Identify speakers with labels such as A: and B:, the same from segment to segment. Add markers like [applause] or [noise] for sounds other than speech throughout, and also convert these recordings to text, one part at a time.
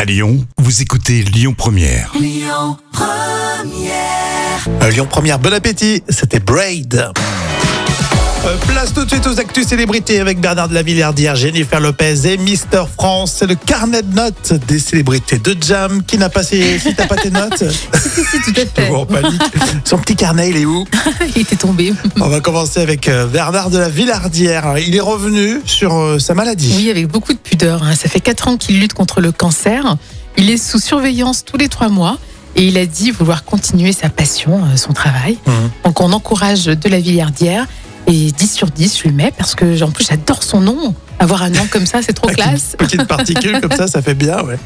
A: À Lyon, vous écoutez Lyon Première.
B: Euh, Lyon Première, bon appétit, c'était Braid. Euh, Place tout de suite aux actus célébrités avec Bernard de la Villardière, Jennifer Lopez et Mister France. C'est le carnet de notes des célébrités de Jam qui n'a pas ses... Si t'as pas tes
C: [laughs]
B: notes,
C: Si, si, tout à fait.
B: toujours en panique. Son petit carnet, il est où
C: [laughs] Il était tombé.
B: On va commencer avec euh, Bernard de la Villardière. Il est revenu sur euh, sa maladie.
C: Oui, avec beaucoup de pudeur. hein. Ça fait 4 ans qu'il lutte contre le cancer. Il est sous surveillance tous les 3 mois. Et il a dit vouloir continuer sa passion, euh, son travail.
B: Mhm.
C: Donc on encourage de la Villardière. Et 10 sur 10, je lui mets parce que en plus j'adore son nom. Avoir un nom comme ça,
B: [laughs]
C: c'est trop
B: Avec une
C: classe.
B: Petite particule comme ça, ça fait bien, ouais.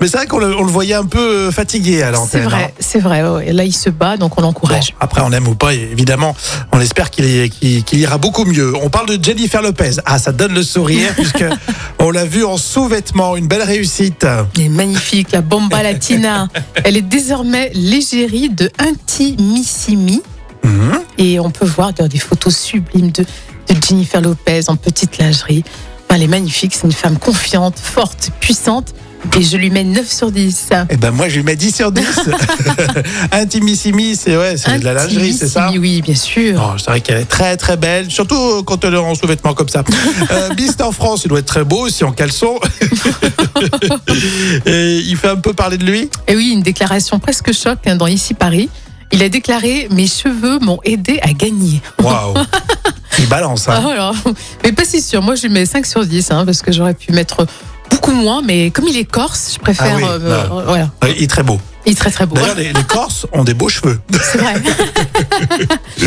B: Mais c'est vrai qu'on le, on le voyait un peu euh, fatigué à
C: C'est
B: l'antenne. hein.
C: vrai, c'est vrai. ouais. Et là, il se bat, donc on
B: Bon,
C: l'encourage.
B: après, on aime ou pas, évidemment, on espère qu'il est- qu'il- qu'il ira beaucoup mieux. On parle de Jennifer Lopez. Ah, ça donne le
C: [laughs]
B: sourire, puisque on l'a vu en sous-vêtements. Une belle réussite.
C: Elle est magnifique, la
B: [laughs]
C: bomba latina. Elle est désormais l'égérie de Intimissimi.
B: Mhm.
C: Et on peut voir d'ailleurs, des photos sublimes de, de Jennifer Lopez en petite lingerie. Enfin, elle est magnifique, c'est une femme confiante, forte, puissante. Et je lui mets 9 sur 10.
B: Eh ben, moi, je lui mets 10 sur
C: [laughs]
B: 10. Intimissimi, c'est ouais, c'est de la lingerie, c'est ça?
C: Intimissimi, Oui, bien sûr.
B: Non, c'est vrai qu'elle est très très belle, surtout euh, quand elle est en sous-vêtements comme
C: [laughs]
B: ça. Euh, Beast en France, il doit être très beau aussi en caleçon. Et il fait un peu parler de lui.
C: Et oui, une déclaration presque choc hein, dans Ici Paris. Il a déclaré Mes cheveux m'ont aidé à gagner. [laughs]
B: Waouh! Il balance,
C: Ah,
B: hein.
C: voilà. Mais pas si sûr. Moi, je lui mets 5 sur 10 hein, parce que j'aurais pu mettre beaucoup moins. Mais comme il est corse, je préfère.
B: Ah oui,
C: euh,
B: non.
C: euh, voilà.
B: Euh, Il est très beau.
C: Il est très très beau.
B: D'ailleurs, les, les Corses ont des beaux cheveux.
C: C'est
B: [laughs]
C: vrai. [laughs]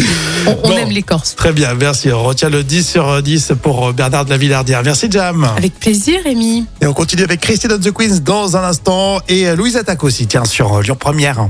C: on on
B: Bon.
C: aime les Corses.
B: Très bien, merci. On retient le 10 sur 10 pour euh, Bernard de la Villardière. Merci, Jam.
C: Avec plaisir, Rémi.
B: Et on continue avec Christine on the Queens dans un instant et euh, Louise Attaque aussi, tiens, sur euh, Lyon Première.